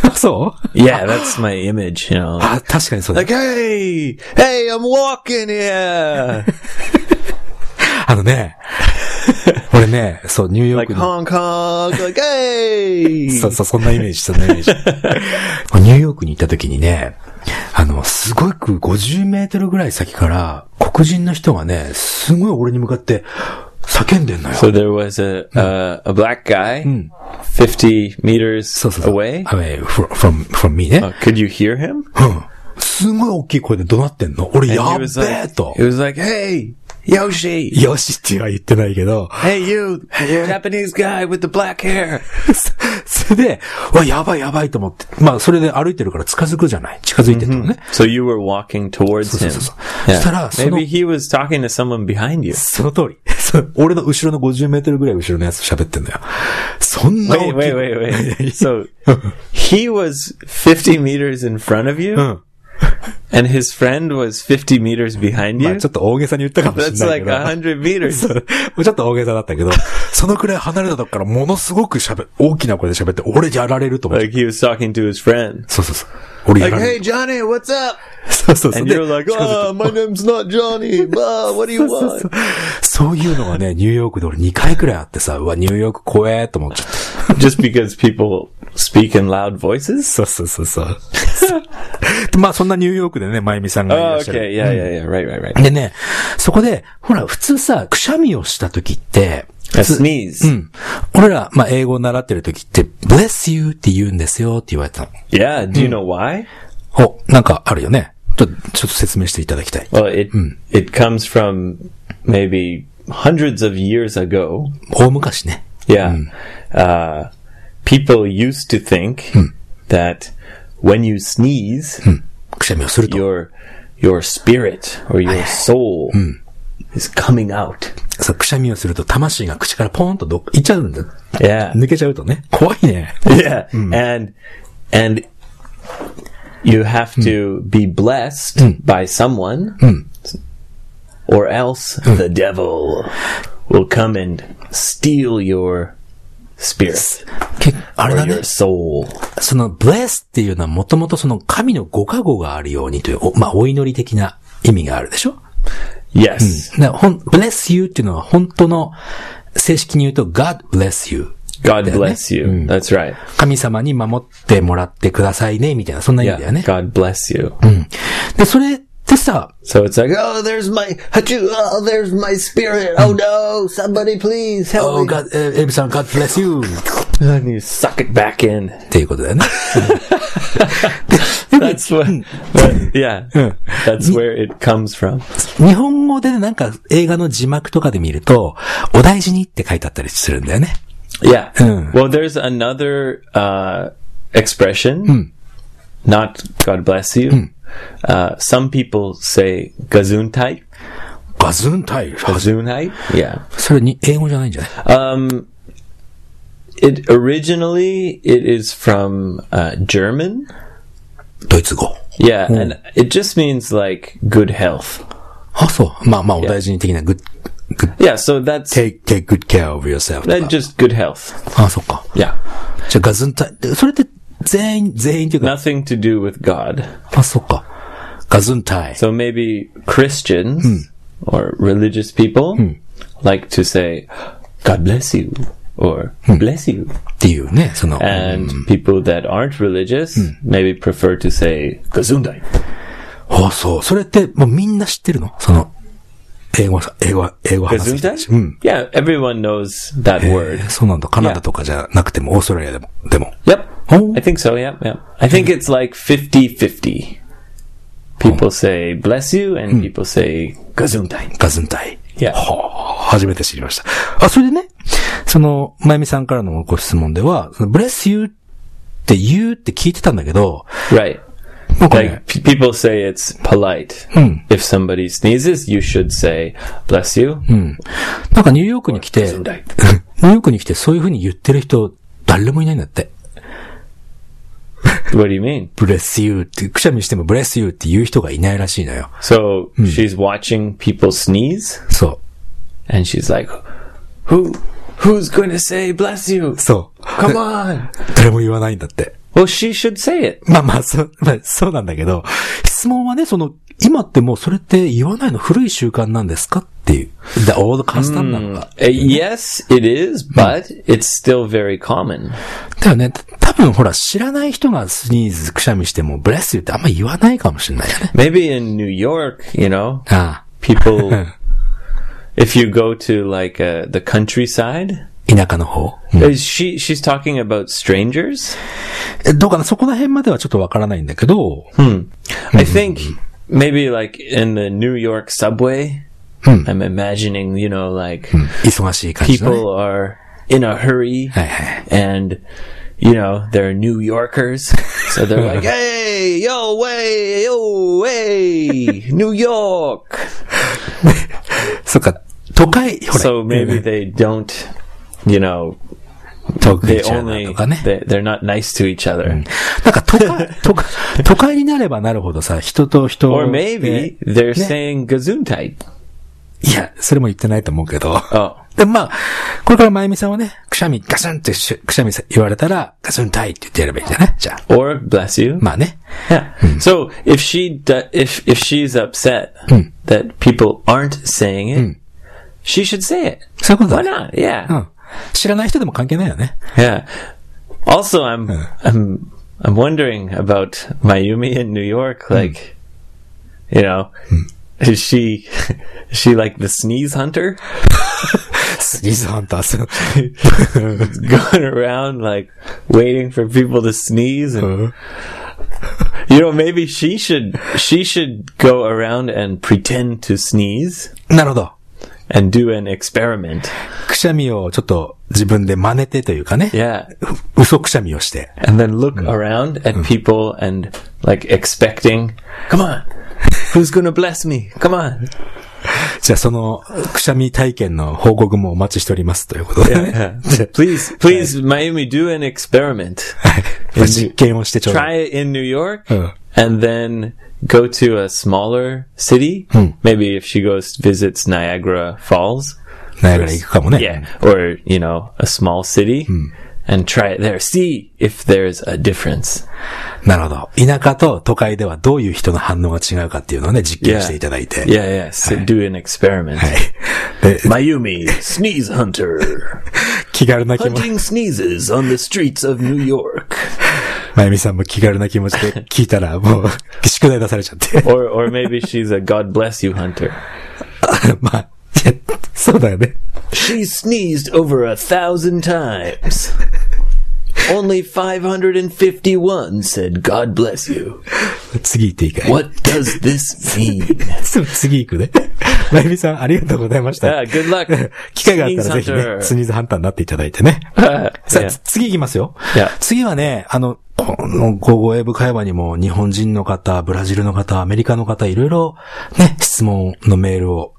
Speaker 1: そう いや、
Speaker 3: Yeah, that's my image, you know.
Speaker 1: あ、確かにそうだ
Speaker 3: Like, hey, hey, I'm walking here.
Speaker 1: あのね、俺ね、そう、ニューヨー
Speaker 3: Like
Speaker 1: クの、
Speaker 3: Hong Kong, like, hey.
Speaker 1: そうそう、そんなイメージ、そんなイメージ。ニューヨークに行った時にね、あの、すごく50メートルぐらい先から、黒人の人がね、すごい俺に向かって叫んでんのよ。
Speaker 3: So there was a uh, a black guy, fifty meters
Speaker 1: そうそうそう。
Speaker 3: away.
Speaker 1: away from, from, from me ね。
Speaker 3: Uh, could you hear him?
Speaker 1: うん。すごい大きい声で怒鳴ってんの。俺、や
Speaker 3: And
Speaker 1: っ
Speaker 3: he was
Speaker 1: べえ
Speaker 3: like,
Speaker 1: と
Speaker 3: he。was like, hey, Yoshi,
Speaker 1: よしっては言ってないけど。
Speaker 3: hey you, Japanese guy with the black hair.
Speaker 1: それで、うわ、やばいやばいと思って。まあ、それで歩いてるから近づくじゃない。近づいてったのね。
Speaker 3: So you were walking towards him.
Speaker 1: そうそうそう。
Speaker 3: Yeah.
Speaker 1: そしたら、その-
Speaker 3: Maybe he was talking to someone behind you.
Speaker 1: その通り。そう俺の後ろの50メートルぐらい後ろのやつ喋ってんだよ。そんな大き
Speaker 3: Wait,
Speaker 1: い。
Speaker 3: wait, wait, wait. So he was 50 meters in front of you,
Speaker 1: うん。
Speaker 3: and his friend was 50 meters behind
Speaker 1: まあ
Speaker 3: you.
Speaker 1: ちょっと大げさに言ったかもし
Speaker 3: That's
Speaker 1: れない
Speaker 3: like
Speaker 1: けど。
Speaker 3: 100 meters.
Speaker 1: そうちょっと大げさだったけど、 そのくらい離れたとこからものすごく喋、大きな声で喋って、俺やられると思って。
Speaker 3: Like he was talking to his friend.
Speaker 1: そうそうそう。俺や
Speaker 3: Like,
Speaker 1: られ
Speaker 3: hey,
Speaker 1: る。
Speaker 3: Johnny, what's up?
Speaker 1: そうそうそう。
Speaker 3: And
Speaker 1: で
Speaker 3: you're like,
Speaker 1: 近づいて
Speaker 3: ah, my name's not Johnny. Bah, what do you
Speaker 1: そうそう
Speaker 3: want?
Speaker 1: そうそういうのがね、ニューヨークで俺2回くらいあってさ、うわ、ニューヨーク怖えと思っちゃった。
Speaker 3: Just because people speak in loud voices?
Speaker 1: そうそうそう そう。でまあそんなニューヨークでね、まゆみさんがいら
Speaker 3: Oh,
Speaker 1: っしゃる。
Speaker 3: okay. Yeah, yeah, yeah. Right, right, right.
Speaker 1: でね、そこで、ほら、普通さ、くしゃみをした時って、
Speaker 3: A sneeze.
Speaker 1: うん。俺ら、まあ、英語を習ってる時って、bless you って言うんですよって言われたの。
Speaker 3: Yeah. Do you know why?
Speaker 1: お、なんかあるよね。ちょっと、ちょっと説明していただきたい。
Speaker 3: Well, it it comes from maybe hundreds of years ago.
Speaker 1: 大昔ね。
Speaker 3: Yeah. Uh, people used to think that when you sneeze,
Speaker 1: くしゃみをすると。
Speaker 3: your your spirit or your soul is coming out.
Speaker 1: そう、くしゃみをすると魂が口からポーンとどっか行っちゃうんだ。
Speaker 3: Yeah.
Speaker 1: 抜けちゃうとね。怖いね。
Speaker 3: Yeah. And and you have to be blessed by someone or else the devil will come and steal your spirit
Speaker 1: けあれ
Speaker 3: or
Speaker 1: だね
Speaker 3: your。soul.
Speaker 1: その、bless っていうのはもともとその神のご加護があるようにという、おまあ、お祈り的な意味があるでしょ
Speaker 3: Yes.
Speaker 1: だからほん bless you っていうのは本当の正式に言うと God bless you。
Speaker 3: God
Speaker 1: Yeah.
Speaker 3: bless you. That's right.
Speaker 1: 神様に守ってもらってくださいね、みたいな、そんな意味だ
Speaker 3: Yeah.
Speaker 1: よね。
Speaker 3: God bless you.
Speaker 1: で、それってさ、
Speaker 3: So it's like, oh, there's my hachu. Oh, there's my spirit. Oh no, somebody please help
Speaker 1: Oh
Speaker 3: me.
Speaker 1: God, えーエビさん God bless you! っ
Speaker 3: And you suck it back in.
Speaker 1: ていうことだよね。
Speaker 3: That's what, what- yeah. That's where it comes from.
Speaker 1: 日本語でねなんか映画の字幕とかで見ると、お大事にって書いてあったりするんだよね。
Speaker 3: Yeah.
Speaker 1: Mm.
Speaker 3: Well, there's another uh, expression. Not God bless you. Uh, some people say gazuntai.
Speaker 1: ガズンタイル。
Speaker 3: Gazuntai. Yeah.
Speaker 1: それに英語じゃないんじゃない
Speaker 3: Um, it originally it is from uh, German.
Speaker 1: ドイツ語。
Speaker 3: Yeah, and it just means like good health.
Speaker 1: あ、そう。まあまあ、お大事に的な good, good,
Speaker 3: Yeah, so that's
Speaker 1: take, take good care of yourself. と
Speaker 3: that
Speaker 1: か
Speaker 3: just good health.
Speaker 1: あ、そっか。
Speaker 3: Yeah,
Speaker 1: じゃあガズンタイル。それって全員、全員っていうか、
Speaker 3: nothing to do with God.
Speaker 1: あ、そっか。ガズンタイル。
Speaker 3: So maybe Christians or religious people like to say, God bless you or bless you.
Speaker 1: っていうね、その。
Speaker 3: And people that aren't religious maybe prefer to say Gesundheit.
Speaker 1: あ、そう。それって、もうみんな知ってるのその、英語さ、英語、英語話す人たち。うん。
Speaker 3: Gesundheit? Yeah, everyone knows that
Speaker 1: え
Speaker 3: word.
Speaker 1: ーそうなんだ。カナダとかじゃなくても、オーストラリアでも、でも。
Speaker 3: Yep.
Speaker 1: Oh.
Speaker 3: I think so, yeah, yeah. I think it's like 50-50. People say bless you and people say Gesundheit.
Speaker 1: ガズンタイ。
Speaker 3: Yeah.
Speaker 1: はあ、初めて知りました。あ、それでね、その、まゆみさんからのご質問では、その bless you って言うって聞いてたんだけど、
Speaker 3: Right.
Speaker 1: なんかね
Speaker 3: Like p- people say it's polite. If somebody sneezes, you should say bless you.
Speaker 1: なんかニューヨークに来 て、ニューヨークに来てそういう風に言ってる人、誰もいないんだって。
Speaker 3: What do you mean?
Speaker 1: bless you って、くしゃみしても bless you って言う人がいないらしいのよ。
Speaker 3: So she's watching people sneeze
Speaker 1: そ
Speaker 3: and she's like, "Who who's going to say bless you?
Speaker 1: う。そう。
Speaker 3: Come on."
Speaker 1: 誰も言わないんだって。
Speaker 3: Well, she should say it.
Speaker 1: まあまあ、そう、まあ、そうなんだけど、質問はね、その、今ってもうそれって言わないの古い習慣なんですかっていう。で、オールカスタムなのか。
Speaker 3: Uh, yes, it is, but it's still very common.
Speaker 1: だよね。多分ほら、知らない人がスニーズくしゃみしても、ブレス u ってあんま言わないかもしれないよね。
Speaker 3: Maybe in New York, you know,
Speaker 1: あ
Speaker 3: people if you go to like uh, the countryside,
Speaker 1: あ、田舎の方。
Speaker 3: uh, she she's talking about strangers.
Speaker 1: えどうかなそこら辺まではちょっとわからないんだけど、Hmm.
Speaker 3: I think maybe like in the New York subway,
Speaker 1: Hmm.
Speaker 3: I'm imagining, you know, like
Speaker 1: 忙しい感じの、ね。
Speaker 3: people are in a hurry
Speaker 1: はいはい。
Speaker 3: and you know, they're New Yorkers. So they're like, hey, yo, way, yo, way, New York.
Speaker 1: そっか、都会、ほら。
Speaker 3: So maybe they don't, you know,
Speaker 1: 東京
Speaker 3: they
Speaker 1: チャー
Speaker 3: only,
Speaker 1: とかね。
Speaker 3: they, they're not nice to each other.
Speaker 1: なんか都 会、都会、都会になればなるほどさ、人と人を。
Speaker 3: Or maybe
Speaker 1: ね
Speaker 3: they're
Speaker 1: Yeah.
Speaker 3: saying Gesundheit.
Speaker 1: いや、それも言ってないと思うけど。
Speaker 3: Oh,
Speaker 1: で、まあ、これからまゆみさんはね、くしゃみ、ガスンってしゅくしゃみさ言われたら、ガスンたいって言ってやればいいんじゃないじゃあ。
Speaker 3: or bless you.
Speaker 1: まあね。
Speaker 3: Yeah. So if she do- if if she's upset that people aren't saying it, she should say it.
Speaker 1: そういうことだ
Speaker 3: Why
Speaker 1: ね。
Speaker 3: not? Yeah.
Speaker 1: うん。知らない人でも関係ないよね。
Speaker 3: Yeah. Also, I'm I'm I'm wondering about Mayumi in New York. Like, you know, is she is she like the sneeze hunter
Speaker 1: スニーズハンターする。
Speaker 3: going around like waiting for people to sneeze and
Speaker 1: うん
Speaker 3: you know maybe she should she should go around and pretend to sneeze
Speaker 1: なるほど。
Speaker 3: and do an experiment.
Speaker 1: くしゃみをちょっと自分で真似てというかね。
Speaker 3: Yeah.
Speaker 1: う嘘くしゃみをして。
Speaker 3: And then look around at people and like expecting, come on, who's going to bless me? Come on.
Speaker 1: じゃあその、くしゃみ体験の報告もお待ちしておりますということでね。
Speaker 3: please, please, Miami, do an experiment.
Speaker 1: はい実験をしてちょうだ
Speaker 3: Try
Speaker 1: い。
Speaker 3: it in New York
Speaker 1: Uh.
Speaker 3: and then go to a smaller city. Maybe if she goes visits Niagara Falls.
Speaker 1: ナイアガラ行くかもね。
Speaker 3: Yeah. Or, you know, a small city and try it there. See if there's a difference.
Speaker 1: なるほど。田舎と都会ではどういう人の反応が違うかっていうのをね、実験していただいて。
Speaker 3: Yeah, yeah. So do an experiment.
Speaker 1: で
Speaker 2: Mayumi, sneeze hunter.
Speaker 1: 気軽な気持ち、
Speaker 2: Hunting sneezes on the streets of New York.
Speaker 1: まゆみさんも気軽な気持ちで聞いたら、もう、 宿題出されちゃって。
Speaker 3: Or, or maybe she's a God bless you hunter.
Speaker 1: まあ、いやそうだよね。
Speaker 2: She sneezed over a thousand times. Only 551 said, God bless you.
Speaker 1: 次行っていいかい
Speaker 2: What does this mean?
Speaker 1: すぐ次行くね。 まゆみさん、ありがとうございました。
Speaker 3: Yeah, good luck.
Speaker 1: 機会があったらぜひ
Speaker 3: Sneeze hunter.
Speaker 1: ね、スニーズハンターになっていただいてね。さあ、
Speaker 3: Yeah.
Speaker 1: つ次行きますよ。
Speaker 3: Yeah.
Speaker 1: 次はね、あの、このゴーゴーエブ会話にも日本人の方、ブラジルの方、アメリカの方、いろいろね、質問のメールを、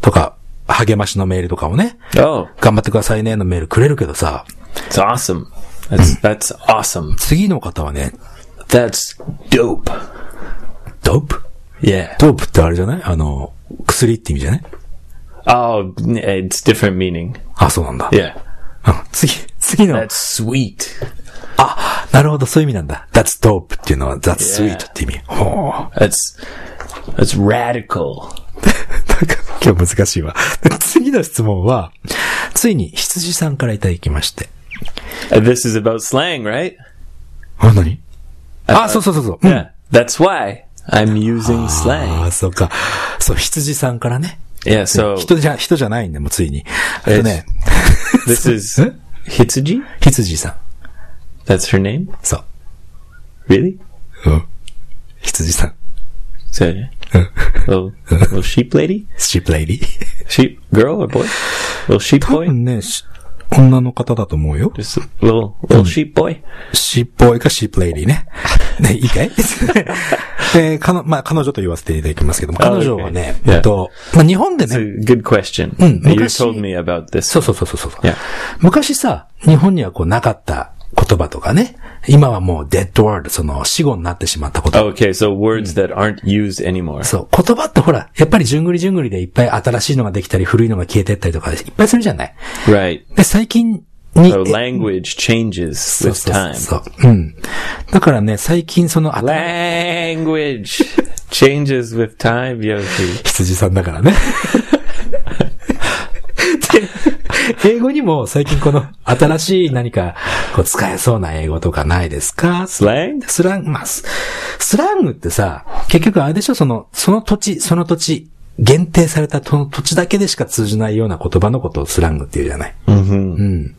Speaker 1: とか、励ましのメールとかをね、
Speaker 3: Oh,
Speaker 1: 頑張ってくださいねのメールくれるけどさ、
Speaker 3: it's awesome. That's that's awesome.
Speaker 1: 次の方はね、
Speaker 3: That's dope.
Speaker 1: ドープ
Speaker 3: Yeah.
Speaker 1: ドープってあれじゃないあの、薬って意味じゃない
Speaker 3: Oh, it's different meaning.
Speaker 1: あ、そうなんだ。
Speaker 3: Yeah.
Speaker 1: うん次、次の
Speaker 3: That's、sweet.
Speaker 1: あ、なるほど、そういう意味なんだ。that's dope っていうのは that's
Speaker 3: Yeah.
Speaker 1: sweet って意味。ほう。
Speaker 3: That's that's radical.
Speaker 1: なんか今日難しいわ。 次の質問は、ついに羊さんからいただきまして。
Speaker 3: Uh, This is about slang, right?
Speaker 1: あ、何あ、そうそうそうそう。うん
Speaker 3: Yeah. That's why I'm using slang.
Speaker 1: ああ、そうか。そう、羊さんからね。
Speaker 3: Yeah. So
Speaker 1: 人じゃ、人じゃないんで、もうついに。あとね、
Speaker 3: this is
Speaker 1: Huh?
Speaker 3: Hitsuji.
Speaker 1: 羊さん。
Speaker 3: That's her name.
Speaker 1: そう。
Speaker 3: Really?
Speaker 1: うん。羊さん。
Speaker 3: So little, little sheep lady,
Speaker 1: シープレイリー。
Speaker 3: sheep girl or boy, little sheep
Speaker 1: 多
Speaker 3: boy.
Speaker 1: 分ね、し 女の方だと思うよ。
Speaker 3: Just a little little sheep boy.
Speaker 1: シッボーイかシップレイディね。ね、いい かいで、かの、まあ、彼女と言わせていただきますけども、彼女はね、
Speaker 3: okay.
Speaker 1: えっと、まあ、日本で
Speaker 3: It's
Speaker 1: ね、
Speaker 3: a good question.
Speaker 1: Mm,
Speaker 3: you
Speaker 1: 昔-
Speaker 3: told me about this.
Speaker 1: そうそうそうそうそう。
Speaker 3: Yeah.
Speaker 1: 昔さ、日本にはこうなかった言葉とかね、今はもう dead word、その死語になってしまったこと。
Speaker 3: Okay, so words that aren't used anymore.
Speaker 1: そう、言葉ってほら、やっぱりじゅんぐりじゅんぐりでいっぱい新しいのができたり、古いのが消えてったりとか、いっぱいするじゃない
Speaker 3: Right.
Speaker 1: で、最近に、
Speaker 3: So
Speaker 1: え
Speaker 3: language changes
Speaker 1: そうそ
Speaker 3: with
Speaker 1: うそう
Speaker 3: time.
Speaker 1: そう。うん。だからね、最近その、あ
Speaker 3: Language changes with time, Yoshi.
Speaker 1: 羊さんだからね。で英語にも最近この新しい何かこう使えそうな英語とかないですかス
Speaker 3: Slang?
Speaker 1: スラング、まあ、ススラングってさ、結局あれでしょその、その土地、その土地、限定されたその土地だけでしか通じないような言葉のことをスラングっていうじゃない。うん。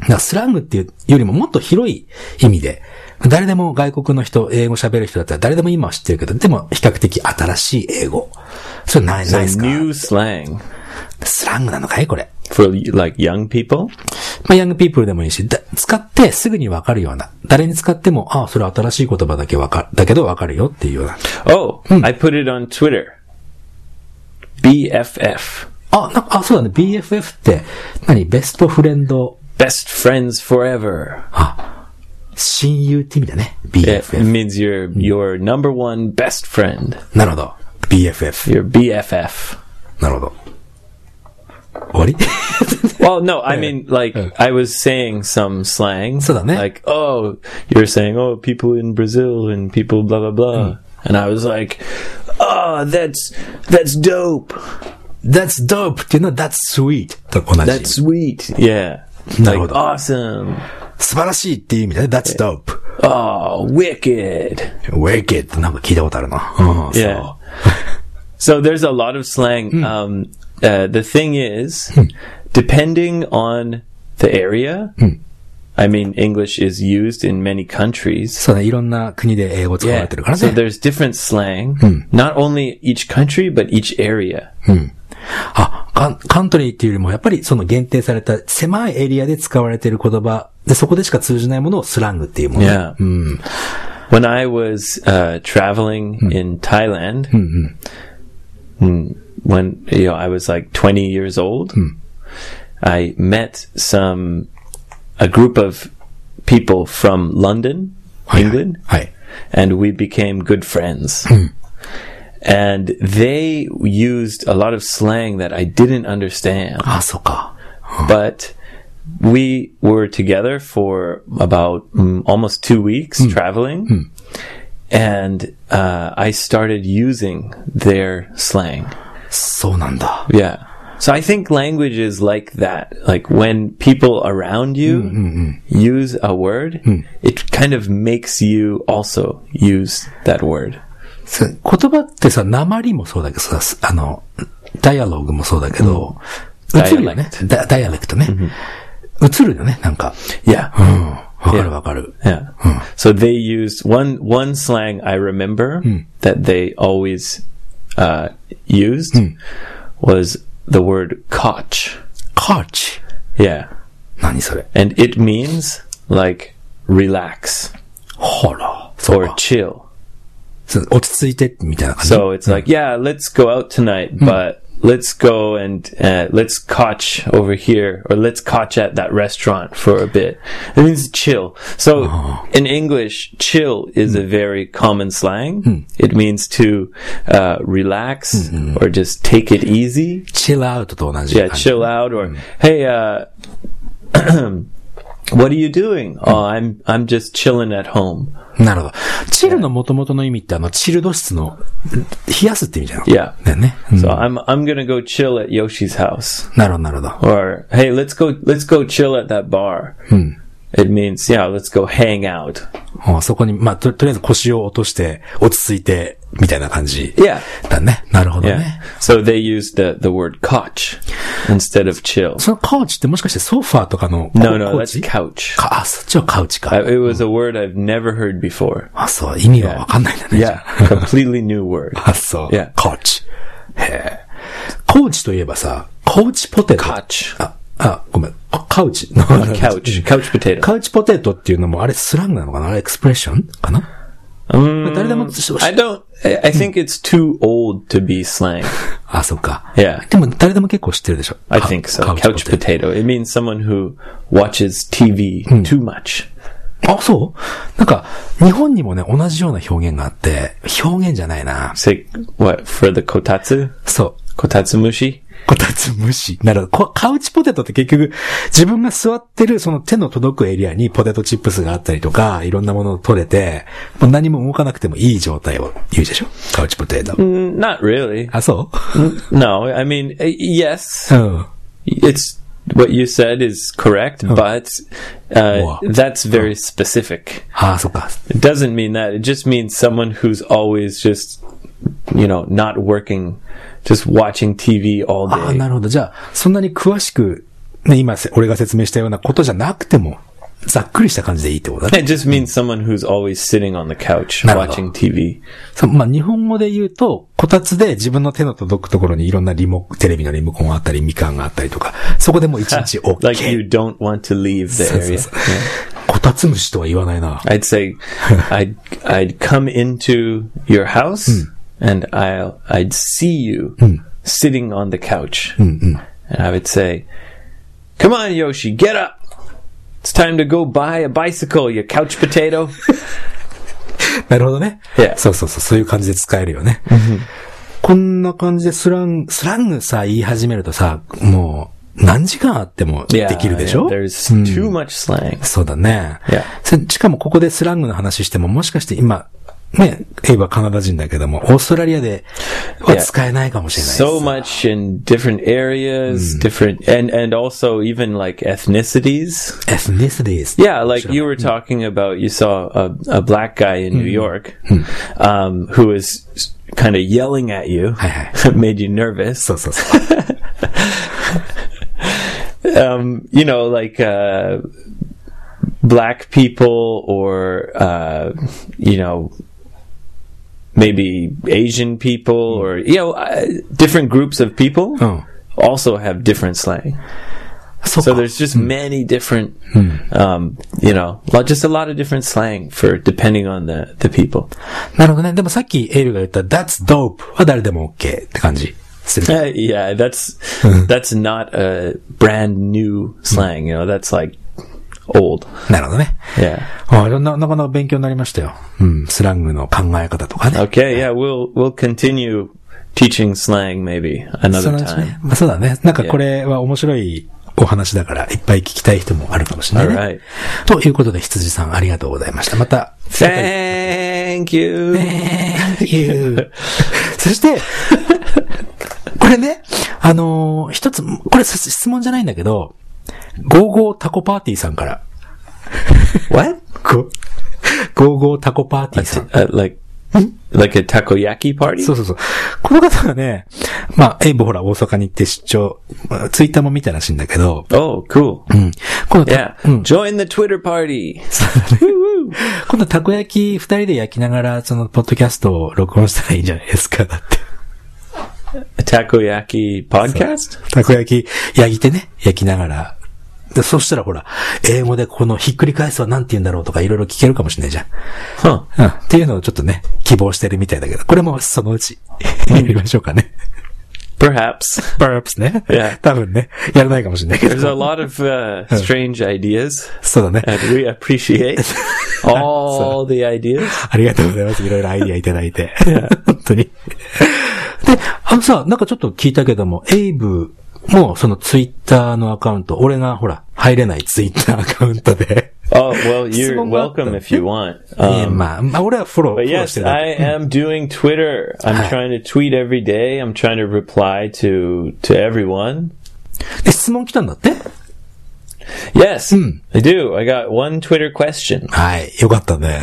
Speaker 1: だからスラングっていうよりももっと広い意味で、誰でも外国の人、英語喋る人だったら誰でも今は知ってるけど、でも比較的新しい英語。それない、ない
Speaker 3: So
Speaker 1: ですか
Speaker 3: new slang
Speaker 1: スラングなのかいこれ。
Speaker 3: for like young people.
Speaker 1: まあ、ヤングピープルでもいいし、だ使ってすぐにわかるような。誰に使っても、ああ、それ新しい言葉だけわかだけどわかるよっていうような。
Speaker 3: Oh, I put it on Twitter. BFF.
Speaker 1: あ、なんか、あ、そうだね。BFF って、何ベストフレンド、
Speaker 3: Best friends forever.
Speaker 1: 親友って意味だね。
Speaker 3: It
Speaker 1: BFF。
Speaker 3: means your your number one best friend.
Speaker 1: なるほど。BFF。
Speaker 3: Your BFF.
Speaker 1: なるほど。終わり
Speaker 3: Well, no, I mean, like, I was saying some slang.
Speaker 1: そうだね。
Speaker 3: Like, oh, you're saying, oh, people in Brazil and people blah, blah, blah. And I was like, oh, that's, that's dope.
Speaker 1: ?That's dope っていうのは That's sweet と同じ。
Speaker 3: That's sweet. Yeah. Like,
Speaker 1: なるほど。
Speaker 3: awesome.
Speaker 1: 素晴らしいっていう意味だね。That's dope.
Speaker 3: Oh, wicked.
Speaker 1: Wicked ってなんか聞いたことあるな。うん、そう。
Speaker 3: Yeah. So there's a lot of slang. Um, uh, the thing is, depending on the area, I mean, English is used in many countries.
Speaker 1: そうね。いろんな国で英語使われてるから
Speaker 3: So
Speaker 1: ね。
Speaker 3: there's different slang, not only each country but each area.
Speaker 1: あ、カンカントリーっていうよりも、やっぱりその限定された狭いエリアで使われている言葉、で、そこでしか通じないものをスラングっていうもの。
Speaker 3: Yeah. When I was uh, traveling in Thailand, mm, when you know I was like 20 years old, I met some a group of people from London,
Speaker 1: はいはい
Speaker 3: England.
Speaker 1: はい。
Speaker 3: and we became good friends. And they used a lot of slang that I didn't understand,
Speaker 1: あ、そうか。
Speaker 3: but we were together for about mm, almost two weeks traveling. And uh, I started using their slang.
Speaker 1: そうなんだ。
Speaker 3: Yeah. So I think language is like that. Like when people around you use a word, it kind of makes you also use that word.
Speaker 1: そう言葉ってさ、鉛もそうだけどさ、すあの、ダイアログもそうだけど、映るよね。ダダイアレクトね。映るよね、なんか。
Speaker 3: Yeah.
Speaker 1: うん。わかるわかる。
Speaker 3: Yeah. So they used one one slang I remember that they always uh, used was the word "koch."
Speaker 1: カーチ。
Speaker 3: Yeah,
Speaker 1: 何それ。
Speaker 3: and it means like relax
Speaker 1: ほら。そ
Speaker 3: or
Speaker 1: うか。
Speaker 3: chill.
Speaker 1: そう落ち着いて、みたいな感じ。
Speaker 3: So it's like, yeah, let's go out tonight, but let's go and uh, let's koch over here, or let's koch at that restaurant for a bit. It means chill. So in English, chill is a very common slang. It means to uh, relax or just take it easy.
Speaker 1: チルアウトと同じ
Speaker 3: Yeah,
Speaker 1: 感じ。
Speaker 3: chill out, or hey, uh, what are you doing? Oh, I'm I'm just chilling at home.
Speaker 1: なるほど。チルの元々の意味ってあの、チルド室の、冷やすって意味じゃん。
Speaker 3: Yeah.
Speaker 1: だよね。うん
Speaker 3: So I'm I'm gonna go chill at Yoshi's house.
Speaker 1: なるほど、なるほど。
Speaker 3: or hey let's go let's go chill at that bar it means yeah let's go hang out
Speaker 1: うんそこに、まあと、とりあえず腰を落として、落ち着いて、みたいな感じ。
Speaker 3: yeah
Speaker 1: だね。なるほど
Speaker 3: yeah
Speaker 1: ね。
Speaker 3: so they use the the word koch instead of chill
Speaker 1: そのカウチってもしかしてソファーとかの、
Speaker 3: no
Speaker 1: コ
Speaker 3: no
Speaker 1: ー
Speaker 3: that's
Speaker 1: チ
Speaker 3: couch
Speaker 1: かあ、そっちはカウチ
Speaker 3: I,
Speaker 1: か。
Speaker 3: it was a word i've never heard before
Speaker 1: あ、そう、意味はわかんないんだね。じ
Speaker 3: yeah
Speaker 1: ゃ
Speaker 3: completely new word
Speaker 1: ああ、そう
Speaker 3: Yeah.。
Speaker 1: カウチ。へえ。コーチといえばさ、コーチポテト。
Speaker 3: koch
Speaker 1: あ、あ、ごめん。あカウチ の。カ
Speaker 3: couch, couch potato.
Speaker 1: カウチポテトっていうのも、あれスラングなのかなあれエクスプレッションかな
Speaker 3: Mm,
Speaker 1: 誰でも知ってます。
Speaker 3: I don't. I I think it's too old to be slang.
Speaker 1: あ、そっか。
Speaker 3: Yeah.
Speaker 1: でも誰でも結構知ってるでしょ
Speaker 3: I think so.
Speaker 1: カ
Speaker 3: Couch,
Speaker 1: ウチポテ
Speaker 3: potato. Hmm. It means someone who watches TV too much.
Speaker 1: ト。あ、そうなんか、日本にもね、同じような表現があって、表現じゃないな。
Speaker 3: Say what for the kotatsu?
Speaker 1: そう。
Speaker 3: Kotatsu mushi?
Speaker 1: こたつ無視。なるほど。こカウチポテトって結局、自分が座ってるその手の届くエリアにポテトチップスがあったりとか、いろんなものを取れて、もう何も動かなくてもいい状態を言うでしょカウチポテト。
Speaker 3: Mm, Not really.
Speaker 1: あ、そう
Speaker 3: No, I mean eh, yes.
Speaker 1: うん。
Speaker 3: It's what you said is correct, but uh,
Speaker 1: Oh. Wow.
Speaker 3: that's very specific.
Speaker 1: あ、そっか。
Speaker 3: It doesn't mean that. It just means someone who's always just, you know, not working, just watching TV all
Speaker 1: あ
Speaker 3: day.
Speaker 1: なるほど。じゃあ、そんなに詳しく、ね、今せ、俺が説明したようなことじゃなくても、ざっくりした感じでいいってことだね。
Speaker 3: It just means someone who's always sitting on the couch
Speaker 1: なるほど。
Speaker 3: watching TV.
Speaker 1: そうまあ、日本語で言うと、こたつで自分の手の届くところにいろんなリモ、テレビのリモコンがあったり、みかんがあったりとか、そこでもう一 日 OK。
Speaker 3: Like you don't want to leave
Speaker 1: そ
Speaker 3: the
Speaker 1: うそう
Speaker 3: area.
Speaker 1: そう
Speaker 3: Yeah.
Speaker 1: こたつ虫とは言わないな。
Speaker 3: I'd say I'd I'd come into your house and I'll I'd see you sitting on the couch. And I would say, "Come on, Yoshi, get up. It's time to go buy a bicycle, you couch potato."
Speaker 1: なるほどね。
Speaker 3: Yeah.
Speaker 1: そうそうそう、そういう感じで使えるよね。こんな感じでスラング、スラングさ、言い始めるとさ、もう、何時間あってもで
Speaker 3: Yeah,
Speaker 1: きるでしょ
Speaker 3: there's
Speaker 1: うん
Speaker 3: too much slang.
Speaker 1: そうだね。
Speaker 3: Yeah.
Speaker 1: それしかもここでスラングの話しても、もしかして今、ね、エイブはカナダ人だけども、オーストラリアでは
Speaker 3: Yeah.
Speaker 1: 使えないかもしれないです。
Speaker 3: So much in different areas, different and and also even like ethnicities.
Speaker 1: ethnicities.
Speaker 3: Yeah, like you were talking about, you saw a, a black guy in New York um, who was kind of yelling at you,
Speaker 1: Hi,
Speaker 3: made you nervous.
Speaker 1: そうそうそう。
Speaker 3: Um, you know, like uh, black people or, uh, you know, maybe Asian people or, you know, uh, different groups of people
Speaker 1: Oh.
Speaker 3: also have different slang.
Speaker 1: そうか
Speaker 3: So there's just many different, um, you know, lo- just a lot of different slang for depending on the, the people.
Speaker 1: なるほどね。でもさっきエイブが言った、that's dope は誰でも OK って感じする。
Speaker 3: Uh, yeah, that's that's not a brand new slang. You know, that's like old.
Speaker 1: なるほどね。
Speaker 3: Yeah.
Speaker 1: あななかなか勉強になりましたよ。うん、スラングの考え方とかね。
Speaker 3: Okay. Yeah, we'll we'll continue teaching slang maybe
Speaker 1: そ
Speaker 3: another
Speaker 1: のうち
Speaker 3: time.
Speaker 1: ね。まあ、そうだね。なんかこれは面白いお話だから、いっぱい聞きたい人もあるかもしれない、ね。
Speaker 3: Alright.
Speaker 1: ということで、羊さんありがとうございました。また、
Speaker 3: Thank you.
Speaker 1: Thank you. そして、 これね、あのー一つ、これ質問じゃないんだけど、ゴーゴータコパーティーさんから、
Speaker 3: What?
Speaker 1: ゴゴーゴータコパーティーさん。
Speaker 3: Uh, like like a takoyaki party?
Speaker 1: そうそうそう。この方はね、まあ、エイブほら大阪に行って出張、まあツイッターも見たらしいんだけど、
Speaker 3: Oh, cool.
Speaker 1: うん。今度た、
Speaker 3: Yeah.
Speaker 1: うん。
Speaker 3: Join the Twitter party.
Speaker 1: 今度たこ焼き二人で焼きながら、その、ポッドキャストを録音したらいいんじゃないですか、だって。
Speaker 3: A takoyaki podcast?
Speaker 1: たこ焼き、焼いてね、焼きながら。で、そしたらほら、英語でこのひっくり返すはなんて言うんだろうとかいろいろ聞けるかもしれないじゃん。
Speaker 3: Huh.
Speaker 1: うん。っていうのをちょっとね、希望してるみたいだけど、これもそのうち、やりましょうかね。
Speaker 3: Perhaps.
Speaker 1: perhaps ね。
Speaker 3: Yeah.
Speaker 1: 多分ね、やらないかもしれないけ
Speaker 3: There's a
Speaker 1: ど。
Speaker 3: lot of uh, strange ideas,
Speaker 1: そうだね。
Speaker 3: and we appreciate all the ideas.
Speaker 1: ありがとうございます。いろいろアイディアいただいて。 本当に。で、あのさ、なんかちょっと聞いたけども、エイブもそのツイッターのアカウント、俺がほら、入れないツイッターアカウントで。
Speaker 3: Oh, well, you're
Speaker 1: Someone
Speaker 3: welcome
Speaker 1: welcome.
Speaker 3: if you want.
Speaker 1: いや
Speaker 3: Um,
Speaker 1: まあ、まあ俺はフォロー、フ
Speaker 3: but
Speaker 1: ォローし
Speaker 3: yes,
Speaker 1: てるだ
Speaker 3: I
Speaker 1: け。
Speaker 3: am doing Twitter. I'm
Speaker 1: Hi.
Speaker 3: trying to tweet every day. I'm trying to reply to to everyone.
Speaker 1: え質問来たんだって
Speaker 3: Yes, I do. I got one Twitter question.
Speaker 1: はい、よかったね。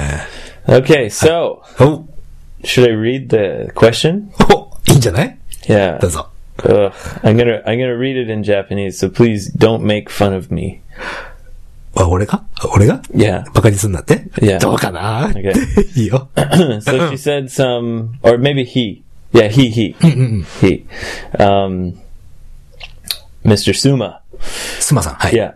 Speaker 3: Okay, so
Speaker 1: お、
Speaker 3: should I read the question?
Speaker 1: お、いいんじゃない
Speaker 3: Yeah.
Speaker 1: どうぞ。
Speaker 3: Ugh, I'm gonna I'm gonna read it in Japanese. So please don't make fun of me.
Speaker 1: あ、俺か俺が
Speaker 3: Yeah.
Speaker 1: バカにすんなって
Speaker 3: いや
Speaker 1: どうかな、
Speaker 3: Okay.
Speaker 1: いいよ。
Speaker 3: so she said some, or maybe he. Yeah, he, he. he. Um, Mr. Suma.
Speaker 1: スマさん。はい。
Speaker 3: Yeah.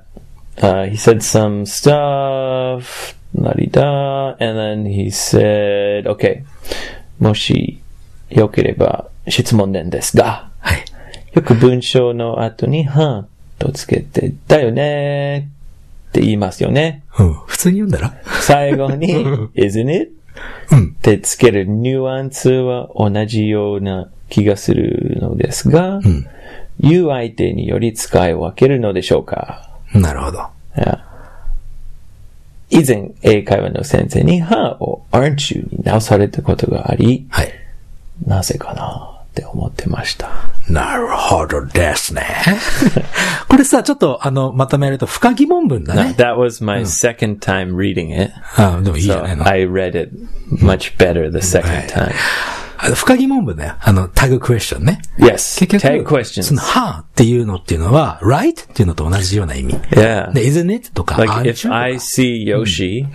Speaker 3: Uh, he said some stuff, la di da, and then he said, okay, moshi yokereba shitsumon desu da.
Speaker 1: はい。
Speaker 3: よく文章の後に、はんとつけて、だよねーって言いますよね。
Speaker 1: うん。普通に読んだら
Speaker 3: 最後に、isn't it? ってつけるニュアンスは同じような気がするのですが、言う相手により使い分けるのでしょうか
Speaker 1: なるほど。
Speaker 3: 以前、英会話の先生に、はを aren't you に直されたことがあり、
Speaker 1: はい。
Speaker 3: なぜかなって思ってました。
Speaker 1: なるほどですね。 これさ、ちょっと、あの、まとめると、不可疑問文だ
Speaker 3: Now,
Speaker 1: ね。
Speaker 3: that was my second time reading it.
Speaker 1: あでもいいじ
Speaker 3: So
Speaker 1: ゃないの。
Speaker 3: I read it much better the second
Speaker 1: Right.
Speaker 3: time.
Speaker 1: あの不可疑問文だよ。あの、タグクエスチョンね。
Speaker 3: Yes.
Speaker 1: 結局、
Speaker 3: Tag questions.
Speaker 1: その、はっていうのっていうのは、right? っていうのと同じような意味。
Speaker 3: Yeah.
Speaker 1: で、isn't it? とか、
Speaker 3: Like
Speaker 1: aren't
Speaker 3: if
Speaker 1: you?
Speaker 3: I see Yoshi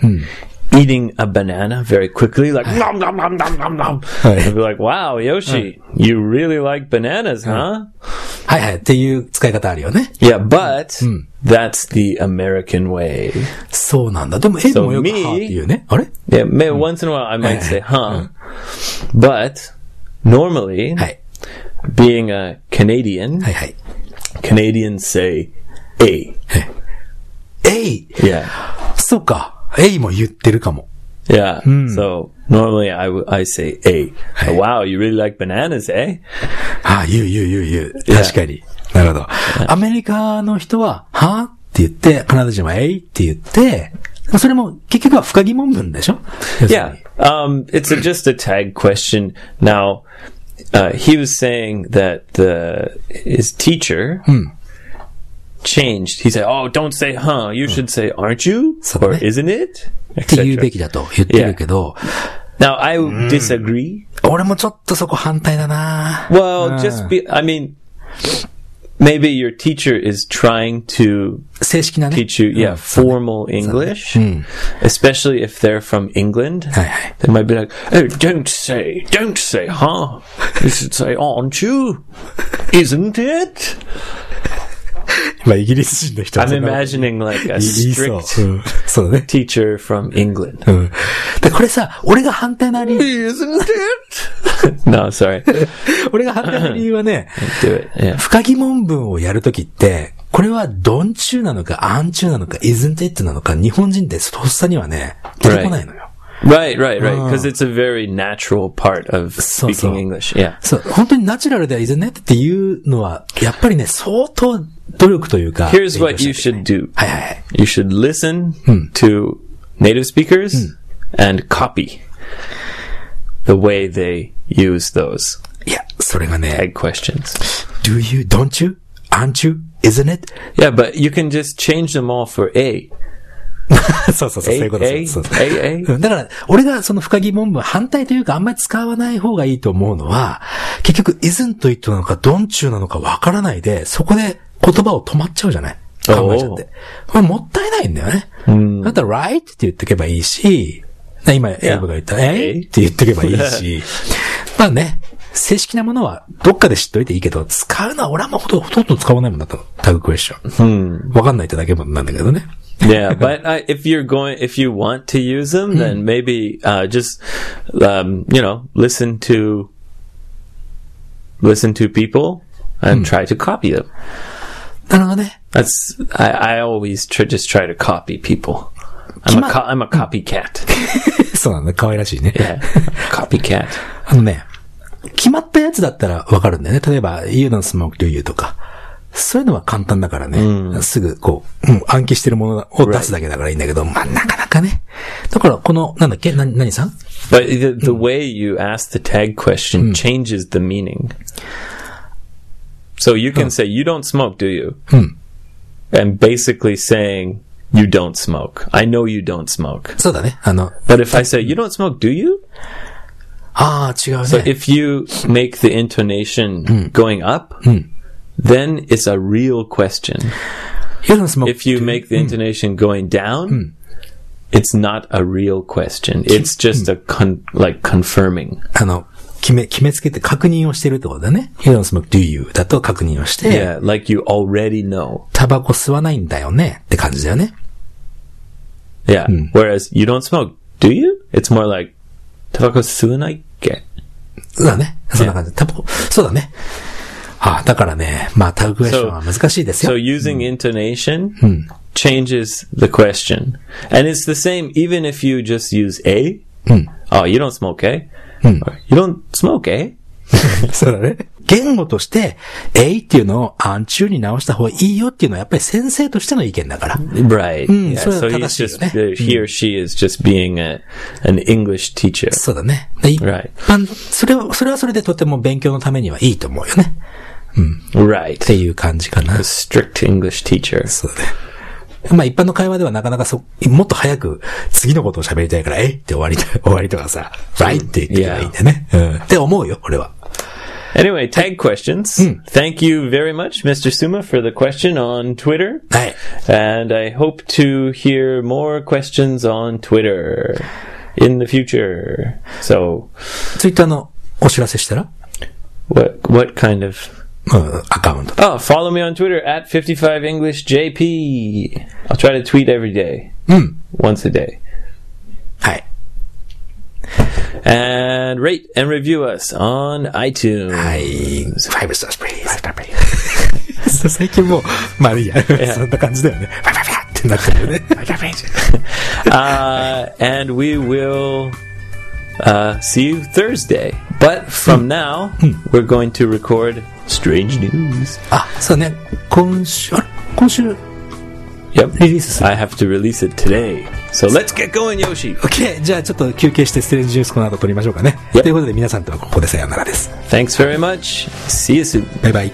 Speaker 3: eating a banana very quickly, like nom nom nom nom nom nom,
Speaker 1: Right.
Speaker 3: I'd be like, "Wow, Yoshi, you really like bananas, huh?"
Speaker 1: はいはいっていう使い方あるよね。
Speaker 3: Yeah, but that's the American way.
Speaker 1: そうなんだ。でも、英語もよく、は
Speaker 3: me-
Speaker 1: っていうね。あれ
Speaker 3: Yeah, may, once in a while I might say "huh," but normally,
Speaker 1: はい。
Speaker 3: being a Canadian,
Speaker 1: はいはい。
Speaker 3: Canadians say "a."
Speaker 1: えい
Speaker 3: Yeah.
Speaker 1: そうか。えいも言ってるかも。
Speaker 3: Yeah. So normally I, w- I say, hey, wow, you really like bananas, eh?
Speaker 1: ああ、言う言う言う言う。確かに。なるほど。アメリカの人は、はって言って、カナダ人は、えいって言って、それも結局は不可疑問文でしょ
Speaker 3: Yeah. Um, it's a, just a tag question. Now, uh, he was saying that the, his teacher changed. He said, oh, don't say, huh, you should say, aren't you?
Speaker 1: So-
Speaker 3: Or isn't it?
Speaker 1: って言う
Speaker 3: Etc.
Speaker 1: べきだと言ってるけど、
Speaker 3: Now, I disagree.
Speaker 1: 俺もちょっとそこ反対だな
Speaker 3: Well, just be, I mean, maybe your teacher is trying to
Speaker 1: 正式なね。
Speaker 3: teach you,
Speaker 1: う
Speaker 3: yeah,
Speaker 1: ん
Speaker 3: formal English, especially if they're from England.
Speaker 1: はいはい。
Speaker 3: They might be like, "Oh, don't say, don't say, huh? You should say, aren't you? Isn't it?"
Speaker 1: まあ、イギリス人の人
Speaker 3: I'm imagining like a
Speaker 1: 言いそう
Speaker 3: strict
Speaker 1: うんそうだね。
Speaker 3: teacher from England.
Speaker 1: うん。で、これさ、俺が反対な理由、
Speaker 3: Isn't it? no, sorry, do
Speaker 1: 俺が反対な理由はね、
Speaker 3: it. Yeah,
Speaker 1: 不可疑問文をやるときって、これはドン中なのか、アン中なのか、isn't it なのか、日本人ってとっさにはね、出てこないのよ。
Speaker 3: right, right, right. Because it's a very natural part of
Speaker 1: So-
Speaker 3: speaking
Speaker 1: so-
Speaker 3: English. Yeah,
Speaker 1: そう、本当にナチュラルでは isn't it っていうのは、やっぱりね、相当努力というか。
Speaker 3: here's what
Speaker 1: 勉強
Speaker 3: you
Speaker 1: しなきゃ
Speaker 3: should do.
Speaker 1: はいはいはい。
Speaker 3: You should listen
Speaker 1: Hmm.
Speaker 3: to native speakers and copy the way they use those
Speaker 1: いや、それがね、
Speaker 3: egg questions.
Speaker 1: do you, don't you, aren't you, isn't it?
Speaker 3: Yeah, but you can just change them all for A.
Speaker 1: そうそうそう、そう
Speaker 3: A,
Speaker 1: いうことそう
Speaker 3: A,
Speaker 1: そう
Speaker 3: A,
Speaker 1: うんだから、俺がその不可疑問文反対というかあんまり使わない方がいいと思うのは、結局、isn't it なのか、don't you なのかわからないで、そこで言葉を止まっちゃうじゃない考えちゃって。まあ、もったいないんだよね。だったら、right って言ってけばいいし、ね今、エイブが言った、えって言ってけばいい し、まあね、正式なものはどっかで知っといていいけど、使うのは俺はもうほとほとんど使わないもんだと、タグクエスチョン。わかんないってだけなんだけどね。
Speaker 3: Yeah, but I, if you're going, if you want to use them, then maybe uh, just, um, you know, listen to, listen to people and try to copy them.
Speaker 1: なるほどね。
Speaker 3: That's I, I always tr- just try to copy people. I'm a co- I'm a copycat.
Speaker 1: そうなんだ、可愛らしいね。
Speaker 3: Yeah, copycat.
Speaker 1: あのね、決まったやつだったらわかるんだよね。例えば、You don't smoke, do you? とか。そういうのは簡単だからね。すぐこう、うん、暗記してるものを出すだけだからいいんだけど、まあなかなかね。だから、この、なんだっけな、何さん
Speaker 3: But the, the way you ask the tag question changes the meaning. So you can say you don't smoke, do you? And basically saying you don't smoke. I know you don't smoke.
Speaker 1: そうだね。あの、
Speaker 3: But if I say you don't smoke, do you?
Speaker 1: ああ、違う
Speaker 3: So
Speaker 1: ね。
Speaker 3: if you make the intonation going up, then it's a real question.
Speaker 1: you don't smoke.
Speaker 3: if you
Speaker 1: do
Speaker 3: make the intonation going down, it's not a real question. It's just a con- like confirming.
Speaker 1: あの、決め、決めつけて確認をしてるってことだね。You don't smoke, do you? だと確認をして、
Speaker 3: Yeah, like you already know.
Speaker 1: タバコ吸わないんだよねって感じだよね。
Speaker 3: Yeah. Whereas you don't smoke, do you? It's more like tobacco sunaike.
Speaker 1: そうだね。そんな感じ。タバコ、そうだね。はあ、だからね、まあ、タグクエスチョンは難しいです
Speaker 3: So
Speaker 1: よ。
Speaker 3: using intonation changes the question. And it's the same even if you just use a. Oh, you don't smoke, eh? Or, you don't smoke, eh?
Speaker 1: そうだね。言語として、えいっていうのをアンチューに直した方がいいよっていうのはやっぱり先生としての意見だから。
Speaker 3: Right.
Speaker 1: Mm,
Speaker 3: yeah,
Speaker 1: so
Speaker 3: so he's
Speaker 1: 正しいよね。
Speaker 3: just he or she is just being a, an English teacher.
Speaker 1: そうだね。で、一
Speaker 3: Right.
Speaker 1: 般、それは、それはそれでとても勉強のためにはいいと思うよね。っ
Speaker 3: Right.
Speaker 1: ていう感じかな
Speaker 3: A。strict English teacher.
Speaker 1: そうだね。まあ一般の会話ではなかなかそ、もっと早く次のことを喋りたいから、えいって終わりた、終わりとかさ、はいって言ってればいいんだよね。うん。って思うよ、俺は。
Speaker 3: Anyway, tag questions. Thank you very much, Mr. Suma, for the question on Twitter.
Speaker 1: はい。
Speaker 3: And I hope to hear more questions on Twitter in the future. So,
Speaker 1: ツイッターのお知らせしたら
Speaker 3: what what kind of?
Speaker 1: うん、アカウント。
Speaker 3: Oh, follow me on Twitter at 55EnglishJP. I'll try to tweet every day,
Speaker 1: うん。
Speaker 3: once a day.
Speaker 1: はい。
Speaker 3: And rate and review us on iTunes.
Speaker 1: はい。5 stars, please. そう 最近もう、まあいいや。そんな感じ だよね。バババってなってるよ ね。
Speaker 3: uh, and we will uh, see you Thursday. But from now, we're going to record Strange News.
Speaker 1: あ、そうね。今週、あれ今週、
Speaker 3: Yep.
Speaker 1: リリースする。
Speaker 3: I have to release it today. So let's get going, Yoshi.
Speaker 1: OK! じゃあちょっと休憩してステージジュースこの後撮りましょうかね。
Speaker 3: Yep.
Speaker 1: ということで皆さんとはここでさようならです。
Speaker 3: Thanks very much. See you soon.
Speaker 1: バイバイ。